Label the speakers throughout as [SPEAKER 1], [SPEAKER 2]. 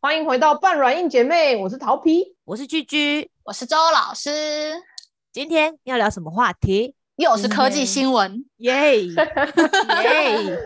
[SPEAKER 1] 欢迎回到半软硬姐妹，我是桃皮。
[SPEAKER 2] 我是居居，
[SPEAKER 3] 我是周老师，
[SPEAKER 2] 今天要聊什么话题？
[SPEAKER 3] 又是科技新闻，
[SPEAKER 2] 耶 耶！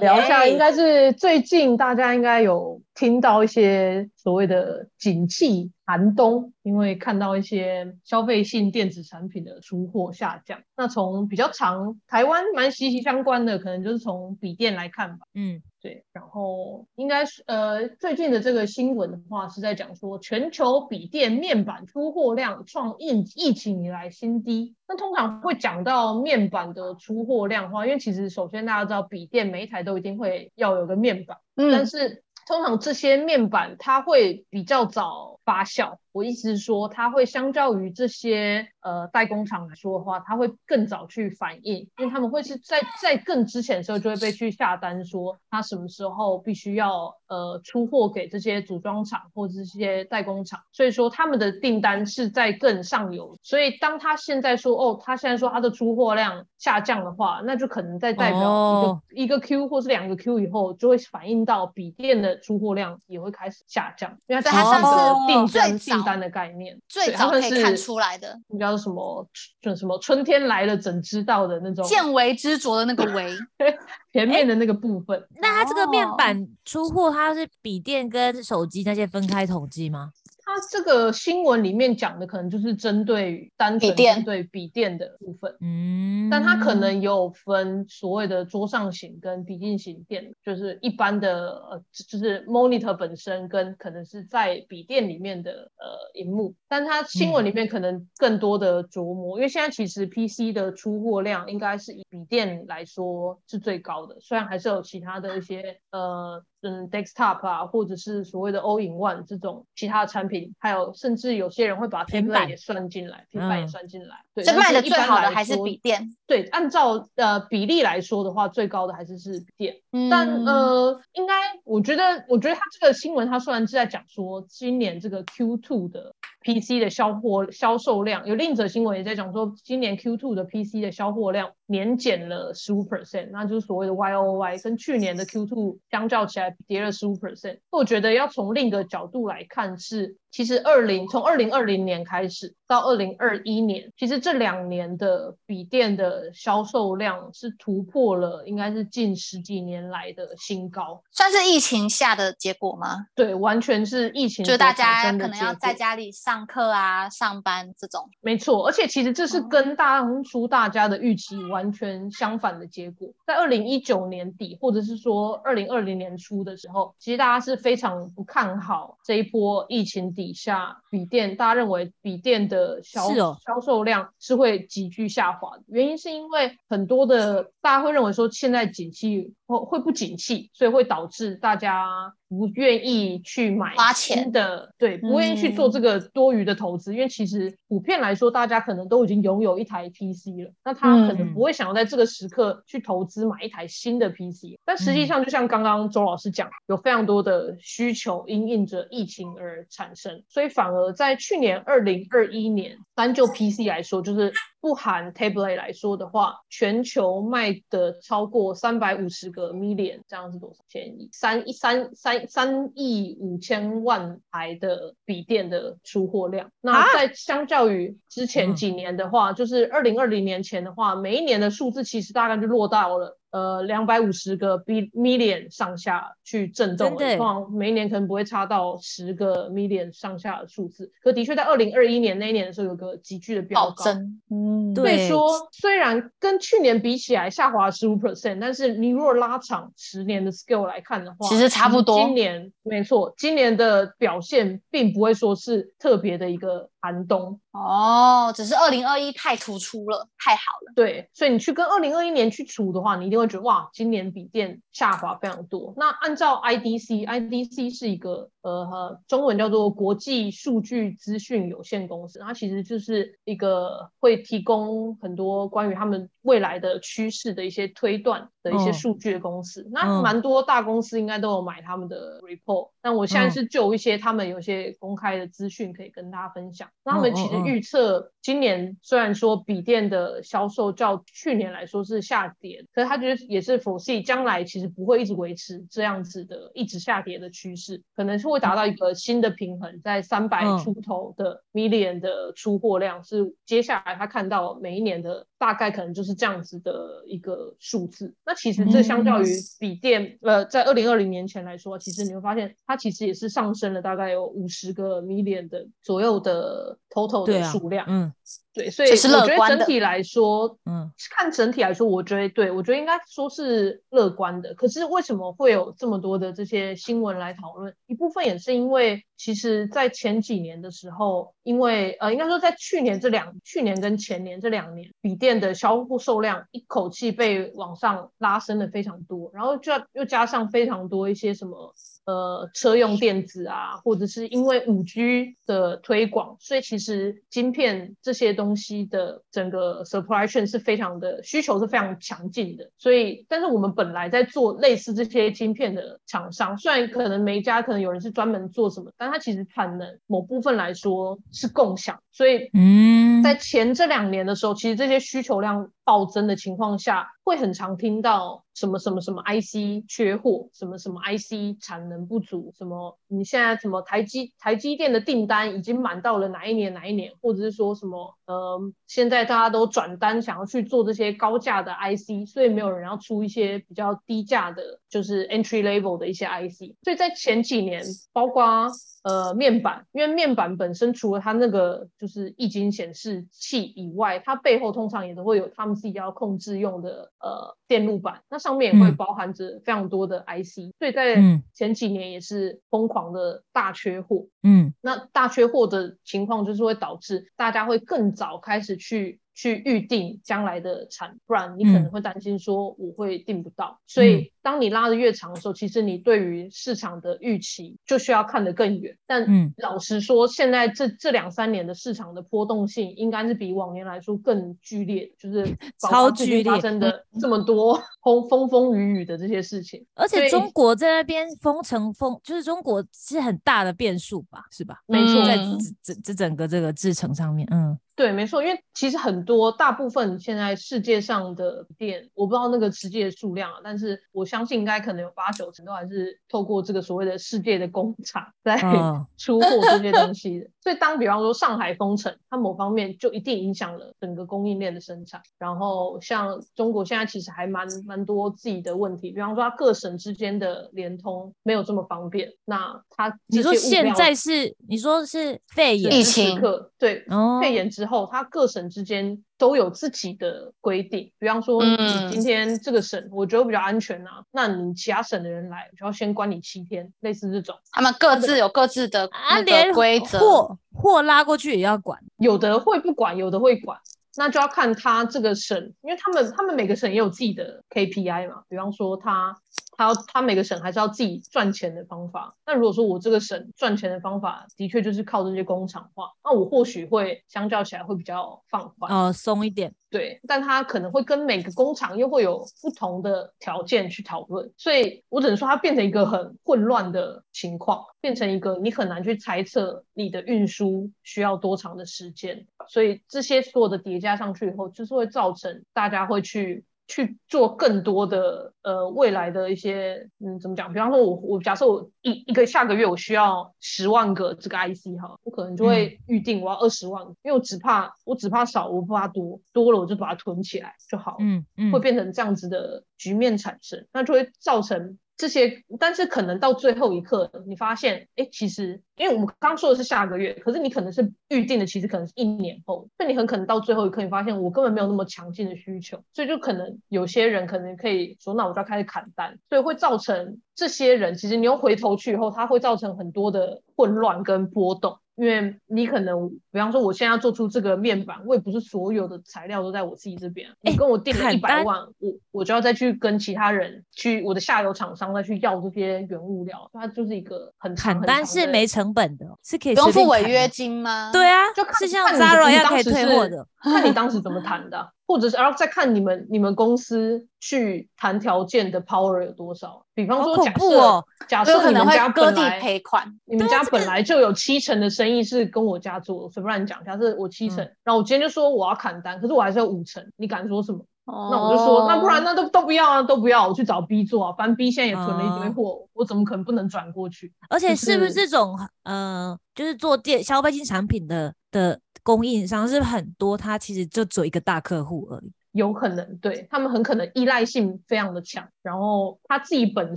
[SPEAKER 1] 聊一下，
[SPEAKER 2] 耶
[SPEAKER 1] 应该是最近大家应该有听到一些所谓的景气寒冬，因为看到一些消费性电子产品的出货下降。那从比较长台湾蛮息息相关的，可能就是从笔电来看吧。
[SPEAKER 2] 嗯，
[SPEAKER 1] 对，然后应该是呃，最近的这个新闻的话是在讲说，全球笔电面板出货量创疫疫情以来新低。那通常会讲到面板的出货量的话，因为其实首先大家知道，笔电每一台都一定会要有个面板，但
[SPEAKER 3] 嗯，
[SPEAKER 1] 是通常这些面板它会比较早发酵。我意思是说，它会相较于这些呃代工厂来说的话，它会更早去反应，因为他们会是在在更之前的时候就会被去下单，说它什么时候必须要呃出货给这些组装厂或者这些代工厂，所以说他们的订单是在更上游。所以当他现在说哦，他现在说他的出货量下降的话，那就可能在代表一个、
[SPEAKER 2] 哦
[SPEAKER 1] 一个 Q 或是两个 Q 以后，就会反映到笔电的出货量也会开始下降，因为它
[SPEAKER 3] 所以它
[SPEAKER 1] 是一个
[SPEAKER 2] 算是
[SPEAKER 1] 订单
[SPEAKER 3] 最早
[SPEAKER 1] 订单的概念，
[SPEAKER 3] 最
[SPEAKER 1] 对它
[SPEAKER 3] 早可
[SPEAKER 1] 算
[SPEAKER 3] 以
[SPEAKER 1] 是
[SPEAKER 3] 看出来的，
[SPEAKER 1] 那叫什么就什么春天来了整知道的那种
[SPEAKER 3] 见微知著的那个微，哎
[SPEAKER 1] 前面的那个部分。
[SPEAKER 2] 那它这个面
[SPEAKER 3] 哦
[SPEAKER 2] 板出货，它是笔电跟手机那些分开统计吗？
[SPEAKER 1] 它这个新闻里面讲的可能就是针对单纯
[SPEAKER 3] 笔电
[SPEAKER 1] 针对笔电的部分。
[SPEAKER 2] 嗯，
[SPEAKER 1] 但它可能也有分所谓的桌上型跟笔记型电脑，就是一般的呃，就就是 monitor 本身跟可能是在笔电里面的呃荧幕，但它新闻里
[SPEAKER 3] 嗯
[SPEAKER 1] 面可能更多的琢磨，因为现在其实 PC 的出货量应该是以笔电来说是最高的，虽然还是有其他的一些呃。嗯，desktop 啊，或者是所谓的 all in one 这种其他的产品，还有甚至有些人会把
[SPEAKER 2] 平
[SPEAKER 1] tablet
[SPEAKER 2] 板
[SPEAKER 1] 也算进来，平板也
[SPEAKER 2] 嗯
[SPEAKER 1] 算进来。对，
[SPEAKER 3] 这
[SPEAKER 1] 但
[SPEAKER 3] 卖
[SPEAKER 1] 是
[SPEAKER 3] 的
[SPEAKER 1] 一
[SPEAKER 3] 最
[SPEAKER 1] 般
[SPEAKER 3] 好的
[SPEAKER 1] 来
[SPEAKER 3] 还是
[SPEAKER 1] 说
[SPEAKER 3] 笔电，
[SPEAKER 1] 对，按照呃比例来说的话，最高的还是是电，
[SPEAKER 3] 嗯
[SPEAKER 1] 但、呃，应该我觉得，我觉得他这个新闻，他虽然是在讲说今年这个 Q2 的 PC 的销货销售量，有另一则新闻也在讲说，今年 Q2 的 PC 的销货量年减了十五 percent，那就是所谓的 Y O Y，跟去年的 Q2 相较起来跌了十五 percent。我觉得要从另一个角度来看是。其实二零从二零二零年开始到二零二一年，其实这两年的笔电的销售量是突破了，应该是近十几年来的新高。
[SPEAKER 3] 算是疫情下的结果吗？
[SPEAKER 1] 对，完全是疫情
[SPEAKER 3] 就
[SPEAKER 1] 所
[SPEAKER 3] 大
[SPEAKER 1] 产
[SPEAKER 3] 家
[SPEAKER 1] 生的
[SPEAKER 3] 可能要
[SPEAKER 1] 结
[SPEAKER 3] 在
[SPEAKER 1] 果
[SPEAKER 3] 家里上课啊、上班这种，
[SPEAKER 1] 没错，而且其实这是
[SPEAKER 3] 哦
[SPEAKER 1] 跟当初大家的预期完全相反的结果。在二零一九年底，或者是说二零二零年初的时候，其实大家是非常不看好这一波疫情底下笔电，大家认为笔电的销、
[SPEAKER 2] 是哦
[SPEAKER 1] 销售量是会急剧下滑的。原因是因为很多的大家会认为说现在景气会会不景气，所以会导致大家不愿意去买
[SPEAKER 3] 花
[SPEAKER 1] 新
[SPEAKER 3] 钱
[SPEAKER 1] 的，对，不愿意去做
[SPEAKER 3] 嗯
[SPEAKER 1] 这个多余的投资，因为其实普遍来说，大家可能都已经拥有一台 PC 了，那他可能
[SPEAKER 2] 嗯
[SPEAKER 1] 不会想要在这个时刻去投资买一台新的 PC。但实际上，就像刚刚周老师讲，有非常多的需求因应着疫情而产生，所以反而在去年二零二一年，单就 PC 来说，就是不含 tablet 来说的话，全球卖的超过三百五十个 million，这样是多少千亿？三一三三三亿五千万台的笔电的出货量。那
[SPEAKER 2] 啊
[SPEAKER 1] 在相较于之前
[SPEAKER 2] 嗯
[SPEAKER 1] 几年的话，就是二零二零年前的话，每一年的数字其实大概就落到了。呃，两百五十个 b million 上下去震动了，
[SPEAKER 2] 真的耶
[SPEAKER 1] 通常每一年可能不会差到十个 million 上下的数字，可的确在二零二一年那一年的时候有个急剧的飙
[SPEAKER 3] 暴
[SPEAKER 1] 高，
[SPEAKER 3] 增，嗯，
[SPEAKER 1] 所
[SPEAKER 2] 对
[SPEAKER 1] 以说，虽然跟去年比起来下滑十五 percent，但是你如果拉长十年的 scale 来看的话，
[SPEAKER 3] 其实差不多
[SPEAKER 1] 今年没错，今年的表现并不会说是特别的一个寒冬，
[SPEAKER 3] 哦，只是二零二一太突出了，太好了，
[SPEAKER 1] 对，所以你去跟二零二一年去除的话，你一定会觉得哇，今年笔电下滑非常多。那按照 IDC，IDC 是一个呃呃中文叫做国际数据资讯有限公司，它其实就是一个会提供很多关于他们未来的趋势的一些推断的一些
[SPEAKER 2] 嗯
[SPEAKER 1] 数据的公司。那
[SPEAKER 2] 嗯
[SPEAKER 1] 蛮多大公司应该都有买他们的 report，但我现在
[SPEAKER 2] 嗯
[SPEAKER 1] 是就一些他们有一些公开的资讯可以跟大家分享。那他
[SPEAKER 2] 嗯
[SPEAKER 1] 们
[SPEAKER 2] 嗯
[SPEAKER 1] 其实
[SPEAKER 2] 嗯
[SPEAKER 1] 预测今年虽然说笔电的销售较去年来说是下跌，可是他觉得也是 foresee 将来其实不会一直维持这样子的一直下跌的趋势，可能是会达到一个新的平衡，在三百
[SPEAKER 2] 嗯
[SPEAKER 1] 出头的 million 的出货量是接下来他看到每一年的大概可能就是这样子的一个数字。那其实这相较于笔电，呃，在二零二零年前来说，其实你会发现它其实也是上升了大概有五十个 million 的左右的 total
[SPEAKER 2] 对
[SPEAKER 1] 的
[SPEAKER 2] 啊
[SPEAKER 1] 数量。
[SPEAKER 2] 嗯
[SPEAKER 1] 对，所以
[SPEAKER 3] 这是乐
[SPEAKER 1] 我觉得
[SPEAKER 3] 观的
[SPEAKER 1] 整体来说，
[SPEAKER 2] 嗯
[SPEAKER 1] 看整体来说，我觉得对我觉得应该说是乐观的。可是为什么会有这么多的这些新闻来讨论？一部分也是因为，其实，在前几年的时候，因为呃，应该说在去年这两去年跟前年这两年，笔电的销售量一口气被往上拉升的非常多，然后就要又加上非常多一些什么呃车用电子啊，或者是因为五 G 的推广，所以其实晶片这些东西的整个 supply chain 是非常的需求是非常强劲的。所以，但是我们本来在做类似这些晶片的厂商，虽然可能每一家可能有人是专门做什么，但它其实产能某部分来说是共享，所以
[SPEAKER 2] 嗯，
[SPEAKER 1] 在前这两年的时候，其实这些需求量暴增的情况下，会很常听到什么什么什么 IC 缺货，什么什么 IC 产能不足，什么你现在什么台积台积电的订单已经满到了哪一年哪一年，或者是说什么呃，现在大家都转单想要去做这些高价的 IC，所以没有人要出一些比较低价的，就是 entry level 的一些 IC。所以在前几年，包括呃面板，因为面板本身除了它那个就是液晶显示器以外，它背后通常也都会有他们自己要控制用的呃电路板，那上面也会
[SPEAKER 2] 嗯
[SPEAKER 1] 包含着非常多的 IC，、所以在
[SPEAKER 2] 嗯
[SPEAKER 1] 前几年也是疯狂的大缺货。
[SPEAKER 2] 嗯
[SPEAKER 1] 那大缺货的情况就是会导致大家会更早开始去去预定将来的产，不然你可能
[SPEAKER 2] 嗯
[SPEAKER 1] 会担心说我会订不到。所以当你拉的越长的时候，其实你对于市场的预期就需要看得更远。但
[SPEAKER 2] 嗯
[SPEAKER 1] 老实说，现在这这两三年的市场的波动性应该是比往年来说更剧烈，就是包括
[SPEAKER 2] 超
[SPEAKER 1] 最
[SPEAKER 2] 剧
[SPEAKER 1] 近发
[SPEAKER 2] 烈嗯
[SPEAKER 1] 生的这么多 风风风雨雨的这些事情。
[SPEAKER 2] 而
[SPEAKER 1] 所
[SPEAKER 2] 且
[SPEAKER 1] 以
[SPEAKER 2] 中国在那边封城封，就是中国是很大的变数吧，是吧？
[SPEAKER 1] 没错
[SPEAKER 2] 在
[SPEAKER 3] 嗯
[SPEAKER 2] 这这这整个这个制程上面，嗯
[SPEAKER 1] 对，没错，因为其实很多大部分现在世界上的店，我不知道那个实际的数量啊，但是我相信应该可能有八九成都还是透过这个所谓的世界的工厂在、
[SPEAKER 2] 哦
[SPEAKER 1] 出货这些东西的。所以当比方说上海封城，它某方面就一定影响了整个供应链的生产。然后像中国现在其实还蛮蛮多自己的问题，比方说它各省之间的联通没有这么方便，那它
[SPEAKER 2] 你
[SPEAKER 1] 这
[SPEAKER 2] 说
[SPEAKER 1] 些物
[SPEAKER 2] 现
[SPEAKER 1] 料
[SPEAKER 2] 在是你说是肺炎
[SPEAKER 1] 疫
[SPEAKER 3] 疫
[SPEAKER 1] 情
[SPEAKER 3] 情
[SPEAKER 1] 对
[SPEAKER 2] 哦，
[SPEAKER 1] 肺炎之后，它各省之间都有自己的规定。比方说，
[SPEAKER 3] 嗯
[SPEAKER 1] 你今天这个省我觉得比较安全啊，那你其他省的人来，我就要先关你七天，类似这种。
[SPEAKER 3] 他们各自有各自的
[SPEAKER 2] 啊，
[SPEAKER 3] 那
[SPEAKER 2] 连
[SPEAKER 3] 个规则。
[SPEAKER 2] 货货拉过去也要管，
[SPEAKER 1] 有的会不管，有的会管，那就要看他这个省，因为他们他们每个省也有自己的 KPI 嘛。比方说他他要他每个省还是要自己赚钱的方法。那如果说我这个省赚钱的方法的确就是靠这些工厂化，那我或许会相较起来会比较放宽。
[SPEAKER 2] 哦，松一点，
[SPEAKER 1] 对，但它可能会跟每个工厂又会有不同的条件去讨论，所以我只能说它变成一个很混乱的情况，变成一个你很难去猜测你的运输需要多长的时间，所以这些所有的叠加上去以后，就是会造成大家会去。去做更多的呃未来的一些嗯怎么讲？比方说我我假设我一一个下个月我需要十万个这个 IC 哈，我可能就会预定我要二十万，因为我只怕我只怕少，我不怕多，多了我就把它囤起来就好了。
[SPEAKER 2] 嗯嗯
[SPEAKER 1] 会，变成这样子的局面产生，那就会造成这些，但是可能到最后一刻，你发现，哎，其实因为我们刚刚说的是下个月，可是你可能是预定的，其实可能是一年后，所以你很可能到最后一刻，你发现我根本没有那么强劲的需求，所以就可能有些人可能可以说，那我就要开始砍单，所以会造成这些人，其实你又回头去以后，它会造成很多的混乱跟波动。因为你可能，比方说，我现在要做出这个面板，我也不是所有的材料都在我自己这边啊。你
[SPEAKER 2] 诶
[SPEAKER 1] 跟我定了一
[SPEAKER 2] 砍
[SPEAKER 1] 百
[SPEAKER 2] 单
[SPEAKER 1] 万，我我就要再去跟其他人去我的下游厂商再去要这些原物料，它就是一个很长
[SPEAKER 2] 砍
[SPEAKER 1] 很
[SPEAKER 2] 单
[SPEAKER 1] 长
[SPEAKER 2] 是
[SPEAKER 1] 的
[SPEAKER 2] 没成本的，是可以
[SPEAKER 3] 不用
[SPEAKER 2] 随便
[SPEAKER 3] 付违
[SPEAKER 2] 砍
[SPEAKER 3] 约
[SPEAKER 2] 的，
[SPEAKER 3] 金吗？
[SPEAKER 2] 对啊，
[SPEAKER 1] 就看
[SPEAKER 2] 是像
[SPEAKER 1] 看你你
[SPEAKER 2] Zara 要
[SPEAKER 1] 当
[SPEAKER 2] 可以
[SPEAKER 1] 时
[SPEAKER 2] 退
[SPEAKER 1] 是
[SPEAKER 2] 货的，
[SPEAKER 1] 看你当时怎么谈的啊，或者是然后再看你们你们公司去谈条件的 power 有多少。比方
[SPEAKER 2] 好
[SPEAKER 1] 说，
[SPEAKER 2] 恐
[SPEAKER 1] 假
[SPEAKER 2] 怖
[SPEAKER 1] 设、
[SPEAKER 2] 哦
[SPEAKER 1] 假
[SPEAKER 3] 我有
[SPEAKER 1] 设
[SPEAKER 3] 可
[SPEAKER 1] 啊你
[SPEAKER 3] 能
[SPEAKER 1] 们家
[SPEAKER 3] 会割
[SPEAKER 1] 本
[SPEAKER 3] 地
[SPEAKER 1] 来
[SPEAKER 3] 赔款。
[SPEAKER 1] 你们
[SPEAKER 2] 对
[SPEAKER 1] 家
[SPEAKER 2] 啊这个
[SPEAKER 1] 本来就有七成的生意是跟我
[SPEAKER 2] 嗯
[SPEAKER 1] 家做的，随便乱讲。假设我七成，然后我今天就说我要砍单，可是我还是有五成，你敢说什么？那我就说，
[SPEAKER 3] 哦
[SPEAKER 1] 那不
[SPEAKER 2] 哦
[SPEAKER 1] 然那都都不要啊，都不要，我去找 B 做啊，反正 B 现在也囤了一堆
[SPEAKER 2] 哦
[SPEAKER 1] 货，我怎么可能不能转过去？
[SPEAKER 2] 而且
[SPEAKER 1] 就是
[SPEAKER 2] 不是
[SPEAKER 1] 是
[SPEAKER 2] 这种呃，就是做电消费性产品的的供应商是不是很多，它其实就只有一个大客户而已。
[SPEAKER 1] 有可能，对他们很可能依赖性非常的强，然后他自己本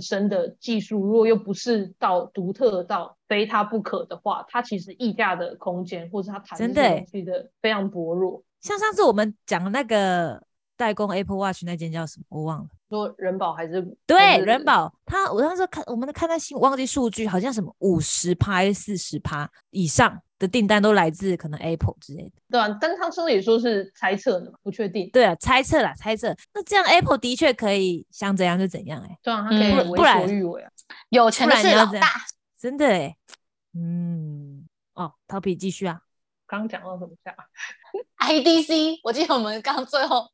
[SPEAKER 1] 身的技术如果又不是到独特到非他不可的话，他其实溢价的空间或者他谈
[SPEAKER 2] 真
[SPEAKER 1] 这
[SPEAKER 2] 的
[SPEAKER 1] 些
[SPEAKER 2] 欸
[SPEAKER 1] 东西的非常薄弱。
[SPEAKER 2] 像上次我们讲的那个代工 Apple Watch 那间叫什么，我忘了。
[SPEAKER 1] 说人保还是
[SPEAKER 2] 对，
[SPEAKER 1] 还是
[SPEAKER 2] 人保，他我那时候看我们看到新闻，忘记数据，好像什么五十趴还是四十趴以上的订单都来自可能 Apple 之类的。
[SPEAKER 1] 对啊，但他说也说是猜测的嘛，不确定。
[SPEAKER 2] 对啊，猜测啦，猜测。那这样 Apple 的确可以想怎样就怎样、欸，哎，
[SPEAKER 1] 对啊，他可以
[SPEAKER 3] 嗯
[SPEAKER 1] 为
[SPEAKER 2] 不然
[SPEAKER 1] 所欲为啊。
[SPEAKER 3] 有钱
[SPEAKER 2] 不
[SPEAKER 3] 的
[SPEAKER 2] 然你
[SPEAKER 3] 是
[SPEAKER 2] 要
[SPEAKER 3] 老
[SPEAKER 2] 怎样
[SPEAKER 3] 大，？
[SPEAKER 2] 真的哎、嗯，哦，陶皮继续啊。
[SPEAKER 1] 刚刚讲到什么下？
[SPEAKER 3] IDC，我记得我们刚最 后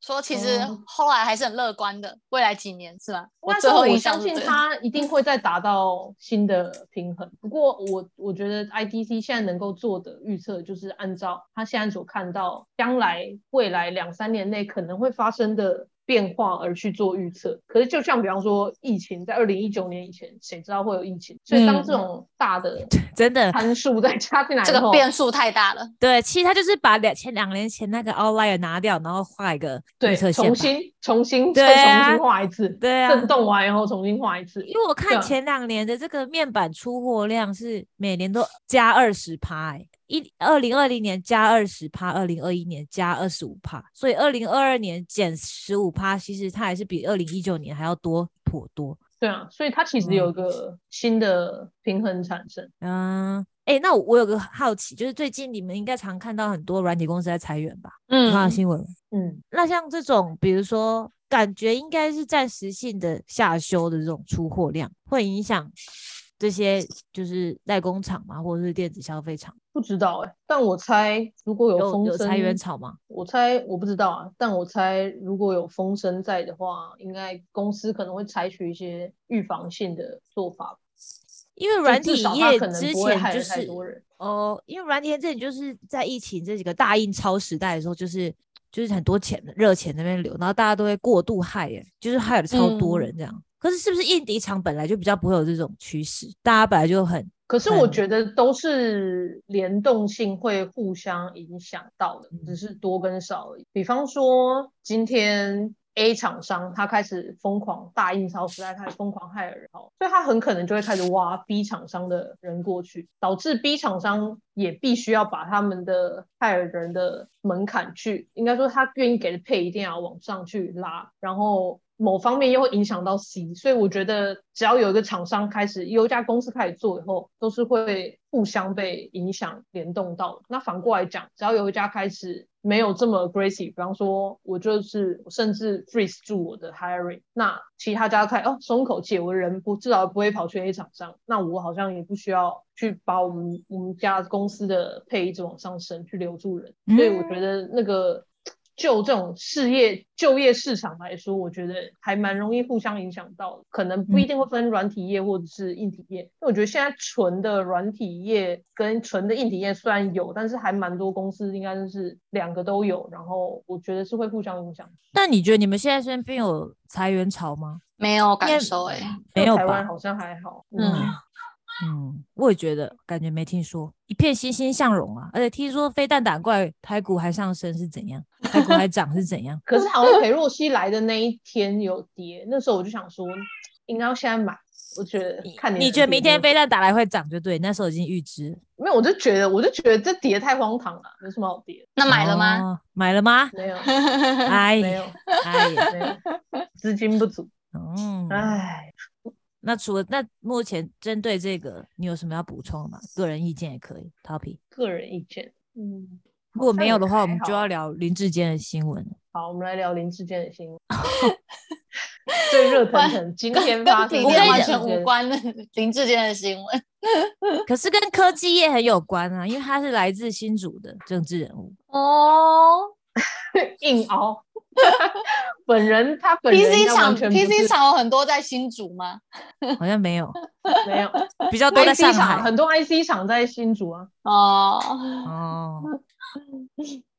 [SPEAKER 3] 说，其实
[SPEAKER 1] 嗯
[SPEAKER 3] 后来还是很乐观的，未来几年是吧？我
[SPEAKER 1] 但是
[SPEAKER 3] 最后
[SPEAKER 1] 我
[SPEAKER 3] 印
[SPEAKER 1] 相
[SPEAKER 3] 象是
[SPEAKER 1] 信
[SPEAKER 3] 这样
[SPEAKER 1] 它一定会再达到新的平衡。不过我我觉得 IDC 现在能够做的预测，就是按照它现在所看到将来未来两三年内可能会发生的变化而去做预测。可是就像比方说疫情，在二零一九年以前，谁知道会有疫情？所以当这种大的
[SPEAKER 2] 真的，
[SPEAKER 1] 参数再加进来以
[SPEAKER 3] 这
[SPEAKER 1] 后，
[SPEAKER 3] 个变数太大了。
[SPEAKER 2] 对，其实他就是把两前两年前那个 outlier 拿掉，然后画一个预
[SPEAKER 1] 对，
[SPEAKER 2] 测线吧
[SPEAKER 1] 重。新重新
[SPEAKER 2] 对
[SPEAKER 1] 再重
[SPEAKER 2] 啊
[SPEAKER 1] 新画一次，
[SPEAKER 2] 对啊，
[SPEAKER 1] 震动完以后重新画一次。
[SPEAKER 2] 因为我看
[SPEAKER 1] 对啊
[SPEAKER 2] 前两年的这个面板出货量是每年都加二十趴，欸一二零二零年加二十趴，二零二一年加二十五趴，所以二零二二年减十五趴，其实它还是比二零一九年还要多颇多。
[SPEAKER 1] 对啊，所以它其实有一个新的平衡产生。
[SPEAKER 2] 嗯，哎、那我有个好奇，就是最近你们应该常看到很多软体公司在裁员吧？有看到新闻吗。
[SPEAKER 1] 嗯，
[SPEAKER 2] 那像这种，比如说，感觉应该是暂时性的下修的这种出货量，会影响这些就是代工厂嘛，或者是电子消费厂
[SPEAKER 1] 不知道哎、但我猜如果有
[SPEAKER 2] 有
[SPEAKER 1] 风
[SPEAKER 2] 有
[SPEAKER 1] 声，
[SPEAKER 2] 裁员潮吗？
[SPEAKER 1] 我猜我不知道啊，但我猜如果有风声在的话，应该公司可能会采取一些预防性的做法，
[SPEAKER 2] 因为
[SPEAKER 1] 就
[SPEAKER 2] 软
[SPEAKER 1] 至
[SPEAKER 2] 体
[SPEAKER 1] 少它
[SPEAKER 2] 业
[SPEAKER 1] 可能
[SPEAKER 2] 之
[SPEAKER 1] 不会
[SPEAKER 2] 前
[SPEAKER 1] 害
[SPEAKER 2] 就
[SPEAKER 1] 了太
[SPEAKER 2] 是
[SPEAKER 1] 多人。
[SPEAKER 2] 哦，因为软体业之前就是在疫情这几个大印钞时代的时候，就是就是很多钱热钱那边流，然后大家都会过度害人，就是害了超多
[SPEAKER 3] 嗯
[SPEAKER 2] 人这样。可是是不是印迪厂本来就比较不会有这种趋势？大家本来就很
[SPEAKER 1] 可是我
[SPEAKER 2] 嗯
[SPEAKER 1] 觉得都是联动性会互相影响到的，
[SPEAKER 2] 嗯
[SPEAKER 1] 只是多跟少而已。比方说，今天 A 厂商他开始疯狂大印钞时代，开始疯狂害人哦，所以他很可能就会开始挖 B 厂商的人过去，导致 B 厂商也必须要把他们的害人的门槛去，应该说他愿意给的配一定要往上去拉，然后某方面又会影响到 C，所以我觉得只要有一个厂商开始，有一家公司开始做以后，都是会互相被影响联动到的。那反过来讲，只要有一家开始没有这么 aggressive，比方说我就是甚至 freeze 住我的 hiring，那其他家开始哦松口气，我人不至少不会跑去 A 厂商，那我好像也不需要去把我们我们家公司的配一直往上升去留住人，所以
[SPEAKER 2] 嗯
[SPEAKER 1] 我觉得那个就这种事业就业市场来说，我觉得还蛮容易互相影响到的，可能不
[SPEAKER 2] 嗯
[SPEAKER 1] 一定会分软体业或者是硬体业。那、我觉得现在纯的软体业跟纯的硬体业虽然有，但是还蛮多公司应该就是两个都有，然后我觉得是会互相影响。
[SPEAKER 2] 那你觉得你们现在身边有裁员潮吗？
[SPEAKER 3] 没有
[SPEAKER 2] 因
[SPEAKER 3] 感
[SPEAKER 2] 为
[SPEAKER 3] 受哎、
[SPEAKER 2] 没有
[SPEAKER 1] 台湾
[SPEAKER 2] 吧？
[SPEAKER 1] 好像还好，？
[SPEAKER 3] 嗯
[SPEAKER 2] 嗯，我也觉得，感觉没听说，一片欣欣向荣啊！而且听说飞弹打过来，台股还上升是怎样？台股还涨是怎样
[SPEAKER 1] 可是好像裴若曦来的那一天有跌，那时候我就想说，应该要现在买。我觉得
[SPEAKER 2] 你
[SPEAKER 1] 看
[SPEAKER 2] 你觉得明天
[SPEAKER 1] 被
[SPEAKER 2] 飞弹打来会涨就对，那时候已经预知。
[SPEAKER 1] 没有，我就觉得我就觉得这跌太荒唐了，有什么好跌？
[SPEAKER 3] 那买 了吗？
[SPEAKER 2] 哦？买了吗？
[SPEAKER 1] 没有，
[SPEAKER 2] 哎
[SPEAKER 1] 没有
[SPEAKER 2] 呀，，哎呀，
[SPEAKER 1] 没有， 资金不足，
[SPEAKER 2] 嗯，
[SPEAKER 1] 唉。
[SPEAKER 3] 哎
[SPEAKER 2] 那除了那目前针对这个，你有什么要补充的吗？个人意见也可以，Toppy。
[SPEAKER 1] 个人意见，嗯，
[SPEAKER 2] 如果没有的话，我们
[SPEAKER 1] 还
[SPEAKER 2] 就
[SPEAKER 1] 好啊
[SPEAKER 2] 要聊林志坚的新闻了。
[SPEAKER 1] 好，我们来聊林志坚的新 闻，最热腾腾，今天
[SPEAKER 3] 跟
[SPEAKER 1] 发
[SPEAKER 3] 体
[SPEAKER 1] 生
[SPEAKER 2] 我
[SPEAKER 1] 的
[SPEAKER 2] 跟
[SPEAKER 3] 验
[SPEAKER 2] 你
[SPEAKER 3] 完
[SPEAKER 2] 讲
[SPEAKER 1] 林
[SPEAKER 3] 全
[SPEAKER 1] 志
[SPEAKER 3] 无
[SPEAKER 1] 坚，
[SPEAKER 3] 关的林志坚的新闻。
[SPEAKER 2] 可是跟科技业很有关啊，因为他是来自新竹的政治人物。
[SPEAKER 3] 哦
[SPEAKER 1] 硬熬。本人他本人应
[SPEAKER 3] ，PC
[SPEAKER 1] 该完
[SPEAKER 3] 厂
[SPEAKER 1] 全不是
[SPEAKER 3] PC 厂有很多在新竹吗？
[SPEAKER 2] 好像没有，
[SPEAKER 1] 没有
[SPEAKER 2] 比较多在上
[SPEAKER 1] ，IC 厂
[SPEAKER 2] 海。
[SPEAKER 1] 哦很多 IC 厂在新竹啊，
[SPEAKER 3] 哦，
[SPEAKER 2] 哦，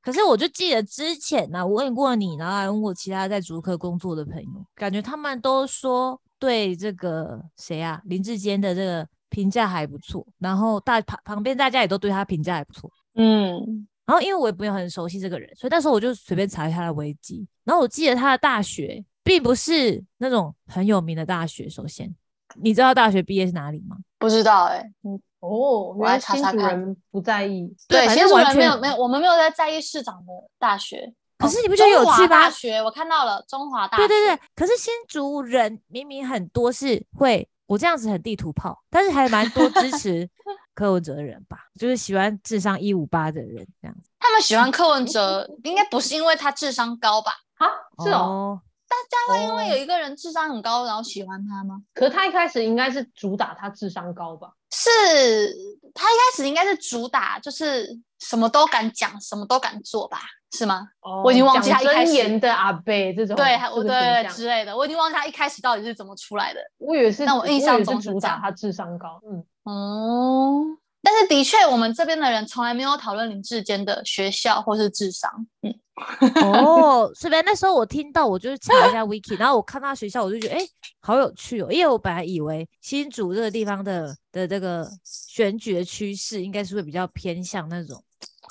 [SPEAKER 2] 可是我就记得之前呢、我问过你，然后还问过其他在竹科工作的朋友，感觉他们都说对这个谁啊林志坚的这个评价还不错，然后大旁旁边大家也都对他评价还不错。
[SPEAKER 3] 嗯，
[SPEAKER 2] 然后因为我也没有很熟悉这个人，所以那时候我就随便查一下他的维基。然后我记得他的大学并不是那种很有名的大学。首先，你知道他大学毕业是哪里吗？
[SPEAKER 3] 不知道哎、嗯，
[SPEAKER 1] 哦，原
[SPEAKER 3] 来
[SPEAKER 1] 来
[SPEAKER 3] 查
[SPEAKER 1] 新
[SPEAKER 3] 查
[SPEAKER 1] 主
[SPEAKER 3] 看
[SPEAKER 1] 人不在意，
[SPEAKER 3] 对，
[SPEAKER 2] 反
[SPEAKER 3] 其
[SPEAKER 2] 正
[SPEAKER 3] 实我
[SPEAKER 2] 完
[SPEAKER 3] 们没有
[SPEAKER 2] 全
[SPEAKER 3] 没有，我们没有在在意市长的大学。
[SPEAKER 2] 可
[SPEAKER 3] 哦
[SPEAKER 2] 是你不觉得有
[SPEAKER 3] 中华
[SPEAKER 2] 趣吗
[SPEAKER 3] 大？学，我看到了中华大学。
[SPEAKER 2] 对对对，可是新竹人明明很多是会，我这样子很地图炮，但是还蛮多支持柯文哲的人吧，就是喜欢智商一五八的人这 样子。
[SPEAKER 3] 他们喜欢柯 文哲，应该不是因为他智商高吧？
[SPEAKER 1] 啊，是哦，
[SPEAKER 2] 哦，
[SPEAKER 3] 大家会因为
[SPEAKER 1] 哦
[SPEAKER 3] 有一个人智商很高，然后喜欢他吗？
[SPEAKER 1] 可是他一开始应该是主打他智商高吧？
[SPEAKER 3] 是他一开始应该是主打就是什么都敢讲，什么都敢做吧？是吗？
[SPEAKER 1] 哦
[SPEAKER 3] 我已经忘记他一开
[SPEAKER 1] 讲
[SPEAKER 3] 始
[SPEAKER 1] 真言的阿贝
[SPEAKER 2] 哦
[SPEAKER 1] 这种，
[SPEAKER 3] 对，还
[SPEAKER 1] 这
[SPEAKER 3] 我
[SPEAKER 1] 个
[SPEAKER 3] 对
[SPEAKER 1] 形
[SPEAKER 3] 对
[SPEAKER 1] 象
[SPEAKER 3] 之类的，我已经忘记他一开始到底是怎么出来的。
[SPEAKER 1] 我以为是，
[SPEAKER 3] 但我印象
[SPEAKER 1] 以为
[SPEAKER 3] 中是
[SPEAKER 1] 是主
[SPEAKER 3] 这
[SPEAKER 1] 打
[SPEAKER 3] 样
[SPEAKER 1] 他智商高，嗯，
[SPEAKER 3] 哦、但是的确，我们这边的人从来没有讨论林志坚的学校或是智商。嗯，
[SPEAKER 2] 哦，所以那时候我听到，我就是查一下 wiki，然后我看到学校，我就觉得哎、诶好有趣哦，因为我本来以为新竹这个地方的的这个选举的趋势，应该是会比较偏向那种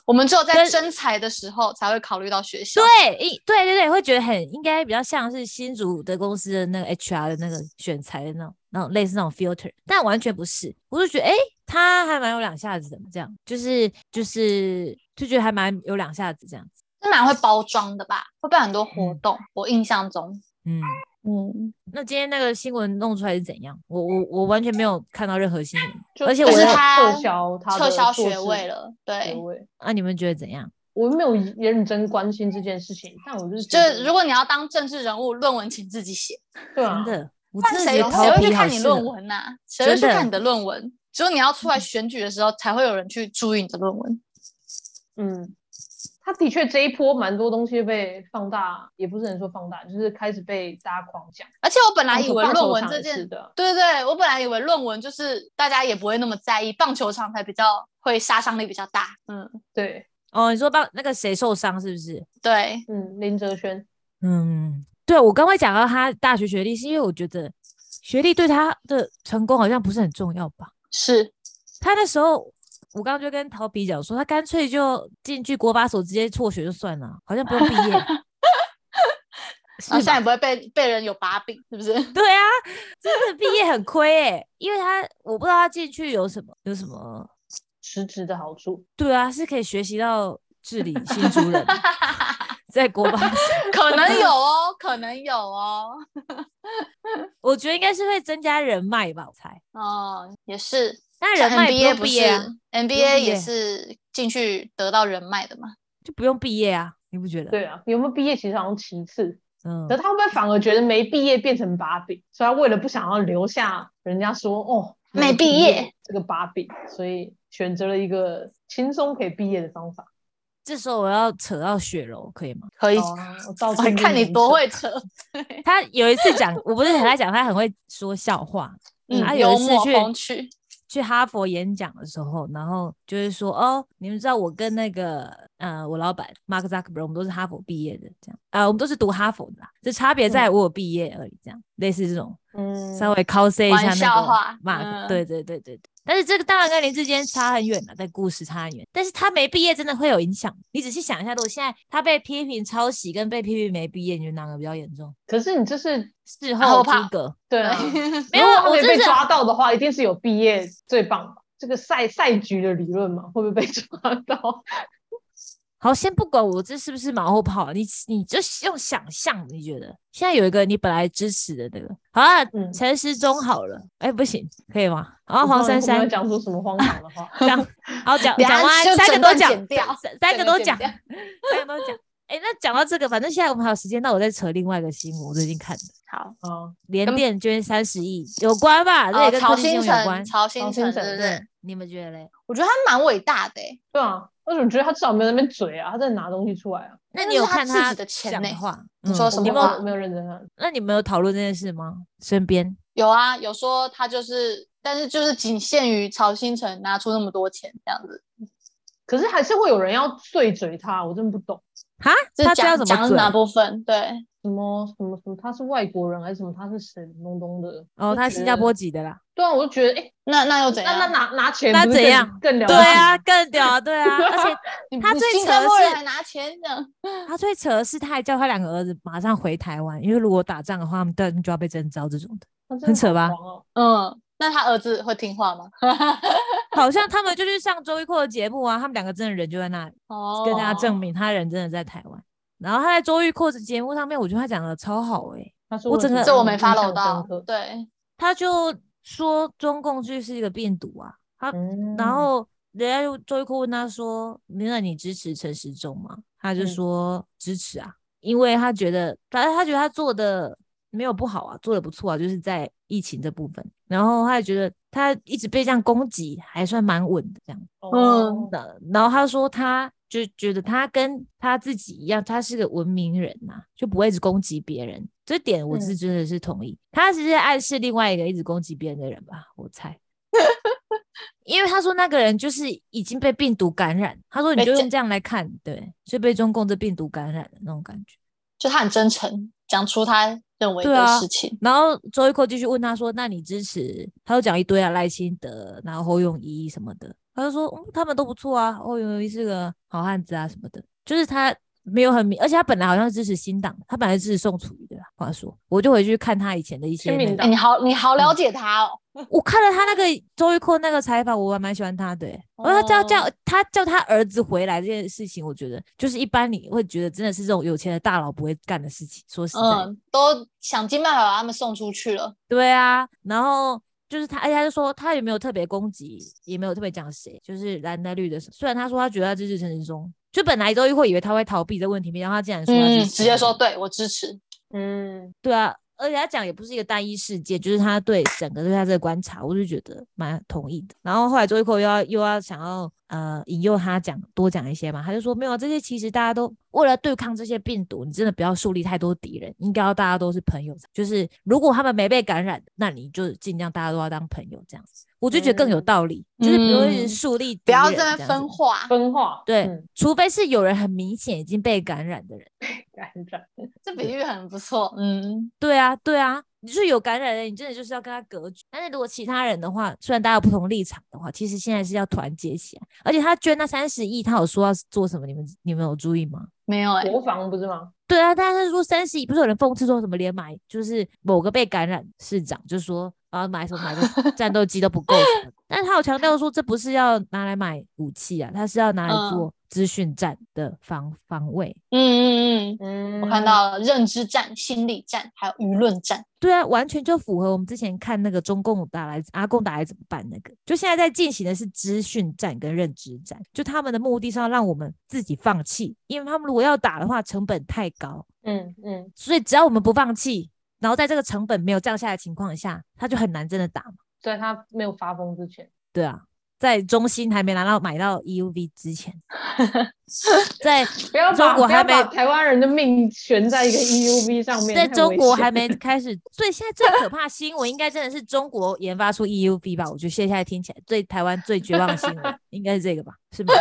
[SPEAKER 3] 我们只有在
[SPEAKER 2] 但
[SPEAKER 3] 征才的时候才会考虑到学校。
[SPEAKER 2] 对，一对对对，会觉得很应该比较像是新竹的公司的那个 HR 的那个选材的那种那种类似那种 filter，但完全不是，我就觉得哎、诶他还蛮有两下子的，这样就是就是就觉得还蛮有两下子这样子，
[SPEAKER 3] 是蛮会包装的吧？会办很多活
[SPEAKER 2] 嗯
[SPEAKER 3] 动，我印象中。
[SPEAKER 2] 嗯。
[SPEAKER 3] 嗯，
[SPEAKER 2] 那今天那个新闻弄出来是怎样？我我我完全没有看到任何新闻。
[SPEAKER 1] 就
[SPEAKER 2] 而且
[SPEAKER 1] 就
[SPEAKER 2] 我
[SPEAKER 1] 是
[SPEAKER 2] 在
[SPEAKER 1] 他撤销他
[SPEAKER 3] 撤
[SPEAKER 1] 的
[SPEAKER 3] 销
[SPEAKER 1] 硕
[SPEAKER 3] 学
[SPEAKER 1] 士
[SPEAKER 3] 位了，
[SPEAKER 1] 学
[SPEAKER 3] 对。
[SPEAKER 1] 位，
[SPEAKER 2] 那、啊你们觉得怎样？
[SPEAKER 1] 我没有认真关心这件事情，但我就是
[SPEAKER 3] 就
[SPEAKER 1] 觉得
[SPEAKER 3] 是如果你要当政治人物，论文请自己写，
[SPEAKER 1] 对啊
[SPEAKER 2] 真，的，我
[SPEAKER 3] 但
[SPEAKER 2] 真的
[SPEAKER 3] 谁
[SPEAKER 2] 觉得
[SPEAKER 3] 谁
[SPEAKER 2] 头
[SPEAKER 3] 会
[SPEAKER 2] 皮
[SPEAKER 3] 去
[SPEAKER 2] 好
[SPEAKER 3] 看你
[SPEAKER 2] 适
[SPEAKER 3] 论
[SPEAKER 2] 合
[SPEAKER 3] 文呐、啊谁会去
[SPEAKER 2] 真的
[SPEAKER 3] 看你的论文？只有你要出来选举的时候，才会有人去注意你的论文。
[SPEAKER 1] 嗯，他的确这一波蛮多东西被放大，也不是能说放大，就是开始被大家狂讲。
[SPEAKER 3] 而且我本来以为
[SPEAKER 1] 棒球
[SPEAKER 3] 论文
[SPEAKER 1] 场
[SPEAKER 3] 这
[SPEAKER 1] 也是
[SPEAKER 3] 件，
[SPEAKER 1] 的，
[SPEAKER 3] 对对，我本来以为论文就是大家也不会那么在意，棒球场才比较会杀伤力比较大。嗯，
[SPEAKER 1] 对，
[SPEAKER 2] 哦，你说帮那个谁受伤是不是？
[SPEAKER 3] 对，
[SPEAKER 1] 嗯，林哲轩，
[SPEAKER 2] 嗯，对我刚才讲到他大学学历，是因为我觉得学历对他的成功好像不是很重要吧。
[SPEAKER 3] 是
[SPEAKER 2] 他那时候，我刚刚就跟陶比讲说，他干脆就进去国法所直接辍学就算了，好像不用毕 业。
[SPEAKER 3] 然后
[SPEAKER 2] 是
[SPEAKER 3] 现在
[SPEAKER 2] 吧
[SPEAKER 3] 也不会被被人有把柄，是不是？
[SPEAKER 2] 对啊，真的毕业很亏哎、因为他我不知道他进去有什么有什么，
[SPEAKER 1] 辞职的好处，
[SPEAKER 2] 对啊，是可以学习到治理新竹 人在国吧，
[SPEAKER 3] 可能有哦，可能有哦。
[SPEAKER 2] 我觉得应该是会增加人脉吧，我猜。
[SPEAKER 3] 哦，也是，
[SPEAKER 2] 但
[SPEAKER 3] 像
[SPEAKER 2] 人脉也
[SPEAKER 3] NBA
[SPEAKER 2] 不用
[SPEAKER 3] 不
[SPEAKER 2] 毕
[SPEAKER 3] 是
[SPEAKER 2] 业、啊，
[SPEAKER 3] NBA
[SPEAKER 2] 毕
[SPEAKER 3] 也
[SPEAKER 2] 业
[SPEAKER 3] 是进去得到人脉的嘛？
[SPEAKER 2] 就不用毕业啊，你不觉得？
[SPEAKER 1] 对啊，有没有毕业其实好像其次，
[SPEAKER 2] 嗯
[SPEAKER 1] 可，是他会不会反而觉得没毕业变成把柄，所以他为了不想要留下人家说哦
[SPEAKER 3] 没毕业
[SPEAKER 1] 这个把柄，所以选择了一个轻松可以毕业的方法。
[SPEAKER 2] 这时候我要扯到雪柔，可以吗？
[SPEAKER 3] 可以，
[SPEAKER 1] 哦我 到处
[SPEAKER 3] 我看你
[SPEAKER 1] 吝
[SPEAKER 3] 多
[SPEAKER 1] 啬
[SPEAKER 3] 会 扯，
[SPEAKER 2] 他有一次讲，我不是很爱讲，他很会说笑话。
[SPEAKER 3] 嗯
[SPEAKER 2] 他，有
[SPEAKER 3] 幽
[SPEAKER 2] 一次
[SPEAKER 3] 默
[SPEAKER 2] 去
[SPEAKER 3] 风趣，
[SPEAKER 2] 去哈佛演讲的时候，然后就是说，哦，你们知道我跟那个呃，我老板 Mark Zuckerberg，我们都是哈佛毕业的，这样啊、我们都是读哈佛的啦，这差别
[SPEAKER 3] 嗯
[SPEAKER 2] 在我有毕业而已，这样、类似这种
[SPEAKER 1] 嗯，
[SPEAKER 2] 稍微 cos 一
[SPEAKER 3] 玩
[SPEAKER 2] 下
[SPEAKER 3] 笑
[SPEAKER 2] 那个
[SPEAKER 3] 话
[SPEAKER 2] Mark，、
[SPEAKER 3] 嗯
[SPEAKER 2] 对对对对对。但是这个当然跟林志坚差很远了，在故事差很远。但是他没毕业真的会有影响。你仔细想一下，如果现在他被批评抄袭跟被批评没毕业，你觉得哪个比较严重？
[SPEAKER 1] 可是你这是
[SPEAKER 2] 事
[SPEAKER 3] 后
[SPEAKER 2] 后诸
[SPEAKER 3] 啊怕
[SPEAKER 2] 葛，
[SPEAKER 1] 对 啊，
[SPEAKER 2] 没
[SPEAKER 1] 如
[SPEAKER 2] 有
[SPEAKER 1] 果
[SPEAKER 2] 啊
[SPEAKER 1] 他
[SPEAKER 2] 我
[SPEAKER 1] 没
[SPEAKER 2] 真
[SPEAKER 1] 被
[SPEAKER 2] 是
[SPEAKER 1] 抓到的话，一定是有毕业最棒吧？这个赛赛局的理论嘛，会不会被抓到？
[SPEAKER 2] 好，先不管我这是不是马后炮，啊你你就用想象，你觉得现在有一个你本来支持的那个，好啊，
[SPEAKER 1] 嗯
[SPEAKER 2] 陈时中好了，哎、不行，可以吗？然后黄
[SPEAKER 1] 我不知道
[SPEAKER 2] 珊
[SPEAKER 1] 你会不会
[SPEAKER 2] 珊
[SPEAKER 1] 讲出什么荒唐的话？
[SPEAKER 2] 讲，然后讲
[SPEAKER 3] 等
[SPEAKER 2] 讲
[SPEAKER 3] 下
[SPEAKER 2] 完
[SPEAKER 3] 就
[SPEAKER 2] 三个
[SPEAKER 3] 整
[SPEAKER 2] 都
[SPEAKER 3] 段
[SPEAKER 2] 讲
[SPEAKER 3] 剪掉，
[SPEAKER 2] 三三个
[SPEAKER 3] 整
[SPEAKER 2] 都
[SPEAKER 3] 段
[SPEAKER 2] 讲，
[SPEAKER 3] 剪掉
[SPEAKER 2] 三个都讲。哎、那讲到这个，反正现在我们还有时间，那我再扯另外一个新闻，我最近看的，
[SPEAKER 3] 好，
[SPEAKER 1] 啊，
[SPEAKER 2] 联
[SPEAKER 3] 跟
[SPEAKER 2] 电捐三十亿，有关吧？这也
[SPEAKER 3] 哦，
[SPEAKER 2] 跟
[SPEAKER 3] 曹
[SPEAKER 2] 科技新
[SPEAKER 3] 新
[SPEAKER 2] 闻有
[SPEAKER 3] 成，
[SPEAKER 2] 关。
[SPEAKER 3] 曹新
[SPEAKER 1] 曹
[SPEAKER 3] 成，
[SPEAKER 1] 新
[SPEAKER 3] 对
[SPEAKER 1] 成
[SPEAKER 3] 不对？，
[SPEAKER 2] 你们觉得嘞？
[SPEAKER 3] 我觉得他蛮伟大的欸，
[SPEAKER 1] 对啊，我怎么觉得他至少没有在那边嘴啊，他在拿东西出来啊？
[SPEAKER 2] 那
[SPEAKER 3] 那
[SPEAKER 2] 你
[SPEAKER 3] 是
[SPEAKER 2] 有
[SPEAKER 3] 他
[SPEAKER 2] 看
[SPEAKER 3] 自己的钱
[SPEAKER 2] 讲
[SPEAKER 3] 呢
[SPEAKER 2] 话？
[SPEAKER 3] 你说
[SPEAKER 2] 嗯
[SPEAKER 3] 什
[SPEAKER 1] 我
[SPEAKER 3] 么
[SPEAKER 2] 你
[SPEAKER 1] 没
[SPEAKER 2] 们
[SPEAKER 1] 有
[SPEAKER 3] 话
[SPEAKER 2] 有？
[SPEAKER 1] 我没有认真看，
[SPEAKER 2] 那你们有讨论这件事吗？身边？
[SPEAKER 3] 有啊，有说他就是，但是就是仅限于曹新成拿出那么多钱这样子，
[SPEAKER 1] 可是还是会有人要碎嘴他，我真不懂。
[SPEAKER 2] 哈，
[SPEAKER 3] 是
[SPEAKER 2] 他这要
[SPEAKER 3] 讲
[SPEAKER 2] 怎
[SPEAKER 3] 讲
[SPEAKER 2] 么
[SPEAKER 3] 哪
[SPEAKER 2] 嘴？
[SPEAKER 3] 部分？对，
[SPEAKER 1] 什么什么什么，他是外国人还是什么？他是谁东东的？
[SPEAKER 2] 哦，
[SPEAKER 1] 就
[SPEAKER 2] 他
[SPEAKER 1] 觉
[SPEAKER 2] 新加
[SPEAKER 1] 得
[SPEAKER 2] 坡籍的啦。
[SPEAKER 1] 对啊，我就觉得，哎、
[SPEAKER 3] 那那又怎
[SPEAKER 1] 那
[SPEAKER 3] 样？
[SPEAKER 1] 那拿拿钱
[SPEAKER 2] 那
[SPEAKER 1] 不是
[SPEAKER 2] 怎
[SPEAKER 1] 更
[SPEAKER 2] 样
[SPEAKER 1] 更了
[SPEAKER 2] 对
[SPEAKER 1] 不起
[SPEAKER 2] 啊，更屌啊， 对啊，而且
[SPEAKER 3] 你
[SPEAKER 2] 他
[SPEAKER 3] 你
[SPEAKER 2] 最
[SPEAKER 3] 新
[SPEAKER 2] 扯
[SPEAKER 3] 加
[SPEAKER 2] 的
[SPEAKER 3] 坡人
[SPEAKER 2] 是
[SPEAKER 3] 还拿钱呢，
[SPEAKER 2] 他最扯的是，他还叫他两个儿子马上回台湾，因为如果打仗的话，他们对就要被征召这种的。
[SPEAKER 1] 他真的
[SPEAKER 2] 很扯
[SPEAKER 1] 好
[SPEAKER 2] 吧
[SPEAKER 1] 狂哦
[SPEAKER 3] 嗯，那他儿子会听话吗？
[SPEAKER 2] 好像他们就去上周一扣的节目啊，他们两个真的人就在那里，
[SPEAKER 3] 哦，
[SPEAKER 2] 跟大家证明他人真的在台湾。然后他在周玉扣的节目上面，我觉得他讲的超好诶、
[SPEAKER 1] 他说
[SPEAKER 2] 我
[SPEAKER 1] 了
[SPEAKER 2] 整
[SPEAKER 1] 什
[SPEAKER 2] 个
[SPEAKER 1] 么
[SPEAKER 3] 这我没
[SPEAKER 1] 印象
[SPEAKER 3] follow
[SPEAKER 1] 深
[SPEAKER 3] 到
[SPEAKER 1] 刻，
[SPEAKER 3] 对，
[SPEAKER 2] 他就说中共就是一个病毒啊，他
[SPEAKER 1] 嗯
[SPEAKER 2] 然后人家就周一扣问他说：“那你支持陈时中吗？”他就
[SPEAKER 1] 嗯
[SPEAKER 2] 说支持啊，因为他觉得，反正他觉得他做的没有不好啊，做的不错啊，就是在疫情这部分。然后他也觉得他一直被这样攻击，还算蛮稳的这样。
[SPEAKER 1] 哦
[SPEAKER 3] 嗯
[SPEAKER 2] 的，然后他说他就觉得他跟他自己一样，他是个文明人呐、就不会一直攻击别人。这点我是真的是同意，他是在暗示另外一个一直攻击别人的人吧，我猜。 因为他说那个人就是已经被病毒感染，他说你
[SPEAKER 3] 被
[SPEAKER 2] 就用
[SPEAKER 3] 这
[SPEAKER 2] 这样来看，对，就被中共这病毒感染的那种感觉。
[SPEAKER 3] 就他很真诚，讲出他认为
[SPEAKER 2] 对
[SPEAKER 3] 的
[SPEAKER 2] 啊
[SPEAKER 3] 事情。
[SPEAKER 2] 然后周一蔻继续问他说：“那你支持？”他又讲一堆啊，赖清德，然后侯永仪什么的。他就说、嗯他们都不错啊，侯永仪是个好汉子啊什么的，就是他没有很明，而且他本来好像支持新党，他本来支持宋楚瑜的啦。话说，我就回去看他以前的一些
[SPEAKER 1] 亲民
[SPEAKER 2] 那
[SPEAKER 1] 党
[SPEAKER 2] 个，
[SPEAKER 3] 哎、你好，你好了解他哦。
[SPEAKER 2] 我看了他那个周一蔻那个采访，我还蛮喜欢他的、欸。我说他叫
[SPEAKER 1] 哦
[SPEAKER 2] 叫他叫他儿子回来这件事情，我觉得就是一般你会觉得真的是这种有钱的大佬不会干的事情。说实在的，
[SPEAKER 3] 嗯，都想尽办法把他们送出去了。
[SPEAKER 2] 对啊，然后就是他，而且他就说他也没有特别攻击，也没有特别讲谁，就是蓝的绿的。虽然他说他觉得他支持陈时中，就本来周一会以为他会逃避这问题，没想到他竟然说他支
[SPEAKER 3] 嗯，
[SPEAKER 2] 持
[SPEAKER 3] 直接
[SPEAKER 2] 陈时
[SPEAKER 3] 说
[SPEAKER 2] 中
[SPEAKER 3] 对我支持。
[SPEAKER 1] 嗯，
[SPEAKER 2] 对啊，而且他讲也不是一个单一事件，就是他对整个对他这个观察，我就觉得蛮同意的。然后后来周一蔻又要又要想要呃引诱他讲多讲一些嘛，他就说没有啊，这些其实大家都为了对抗这些病毒，你真的不要树立太多敌人，应该要大家都是朋友。就是如果他们没被感染，那你就尽量大家都要当朋友这样子，我就觉得更有
[SPEAKER 1] 嗯
[SPEAKER 2] 道理，就是不用一直
[SPEAKER 3] 嗯
[SPEAKER 2] 树立
[SPEAKER 3] 不
[SPEAKER 2] 敌
[SPEAKER 3] 要
[SPEAKER 2] 人
[SPEAKER 3] 这
[SPEAKER 2] 样
[SPEAKER 3] 边分
[SPEAKER 2] 子
[SPEAKER 3] 化，
[SPEAKER 1] 分化
[SPEAKER 2] 对，
[SPEAKER 1] 嗯
[SPEAKER 2] 除非是有人很明显已经被感染的人。
[SPEAKER 1] 感染，
[SPEAKER 3] 这比喻很不错。嗯，
[SPEAKER 2] 对啊，对啊，你就是有感染的人，你真的就是要跟他隔绝。但是如果其他人的话，虽然大家有不同立场的话，其实现在是要团结起来。而且他捐那三十亿，他有说要做什么？你们你们有注意吗？
[SPEAKER 3] 没有哎、
[SPEAKER 1] 国防不是吗？
[SPEAKER 2] 对啊，但是说三十亿，不是有人讽刺说什么连买就是某个被感染市长，就说啊买什么买个战斗机都不够什么的。但是他有强调说，这不是要拿来买武器啊，他是要拿来
[SPEAKER 3] 嗯
[SPEAKER 2] 做资讯战的防防卫。
[SPEAKER 3] 嗯嗯
[SPEAKER 1] 嗯，
[SPEAKER 3] 嗯，我看到了认知战、心理战，还有舆论战。
[SPEAKER 2] 对啊，完全就符合我们之前看那个中共打来阿共打来怎么办那个，就现在在进行的是资讯战跟认知战，就他们的目的是要让我们自己放弃，因为他们如果要打的话成本太高，
[SPEAKER 1] 嗯嗯，
[SPEAKER 2] 所以只要我们不放弃，然后在这个成本没有降下来的情况下，他就很难真的打嘛。
[SPEAKER 1] 在他没有发疯之前，
[SPEAKER 2] 对啊，在中心还没拿到买到 EUV 之前，在
[SPEAKER 1] 不要
[SPEAKER 2] 中
[SPEAKER 1] 把
[SPEAKER 2] 国
[SPEAKER 1] 不要
[SPEAKER 2] 还没
[SPEAKER 1] 把台湾人的命悬在一个 EUV 上面，
[SPEAKER 2] 在
[SPEAKER 1] 太
[SPEAKER 2] 中
[SPEAKER 1] 危
[SPEAKER 2] 国
[SPEAKER 1] 险
[SPEAKER 2] 还 没开始，所以现在最可怕的新闻应该真的是中国研发出 EUV 吧？我觉得现在听起来对台湾最绝望的新 闻应该是这个吧？是吗？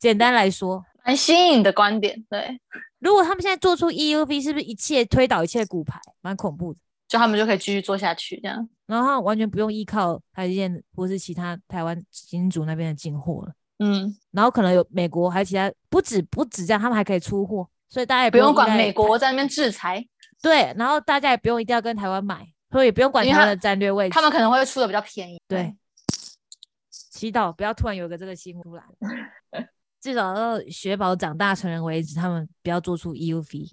[SPEAKER 2] 简单来说，
[SPEAKER 3] 蛮新颖的观点，对，
[SPEAKER 2] 如果他们现在做出 EUV，是不是一切推倒一切骨牌，蛮恐怖的？
[SPEAKER 3] 就他们就可以继续做下去，这样，
[SPEAKER 2] 然后他们完全不用依靠台积电或是其他台湾金主那边的进货了，
[SPEAKER 3] 嗯，
[SPEAKER 2] 然后可能有美国还有其他，不止不止这样，他们还可以出货，所以大家也
[SPEAKER 3] 不用
[SPEAKER 2] 依
[SPEAKER 3] 管
[SPEAKER 2] 赖
[SPEAKER 3] 美
[SPEAKER 2] 台
[SPEAKER 3] 国在那边制裁，
[SPEAKER 2] 对，然后大家也不用一定要跟台湾买，所以也不用管
[SPEAKER 3] 因
[SPEAKER 2] 台
[SPEAKER 3] 为
[SPEAKER 2] 湾
[SPEAKER 3] 他
[SPEAKER 2] 的战略位置
[SPEAKER 3] 他。们可能会出的比较便宜，
[SPEAKER 2] 对，，祈祷不要突然有一个这个新闻出 来，至少要雪宝长大成人为止，他们不要做出 E EUV，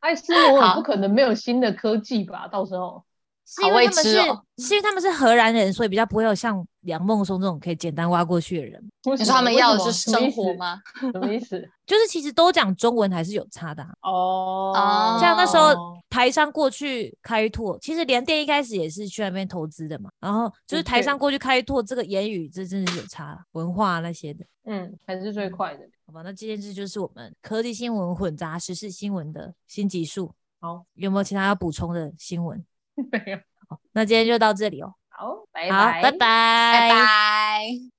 [SPEAKER 1] 埃斯摩尔
[SPEAKER 3] 好
[SPEAKER 1] 不可能没有新的科技吧？到时候
[SPEAKER 2] 是
[SPEAKER 3] 好
[SPEAKER 2] 因为
[SPEAKER 3] 未
[SPEAKER 2] 他们
[SPEAKER 3] 知
[SPEAKER 2] 是、
[SPEAKER 3] 哦
[SPEAKER 2] 是因为他们是荷兰人，所以比较不会有像梁梦松这种可以简单挖过去的人。
[SPEAKER 1] 你
[SPEAKER 3] 你说他们要的是生活？吗？
[SPEAKER 1] 为什么什么意 思什么意思？
[SPEAKER 2] 就是其实都讲中文还是有差的啊、
[SPEAKER 1] 哦
[SPEAKER 3] 哦，
[SPEAKER 2] 像那时候台商过去开拓，其实联电一开始也是去那边投资的嘛，然后就
[SPEAKER 1] 的
[SPEAKER 2] 是台
[SPEAKER 1] 确
[SPEAKER 2] 商过去开拓，这个言语这真的是有差啊，文化那些的。
[SPEAKER 1] 嗯，还是最快的。
[SPEAKER 2] 好吧，那这件事就是我们科技新闻混杂时事新闻的新集数。
[SPEAKER 1] 好，
[SPEAKER 2] 有没有其他要补充的新闻？
[SPEAKER 1] 没有，
[SPEAKER 2] 好，那今天就到这里哦。
[SPEAKER 1] 好，拜
[SPEAKER 2] 好，拜拜，
[SPEAKER 3] 拜拜。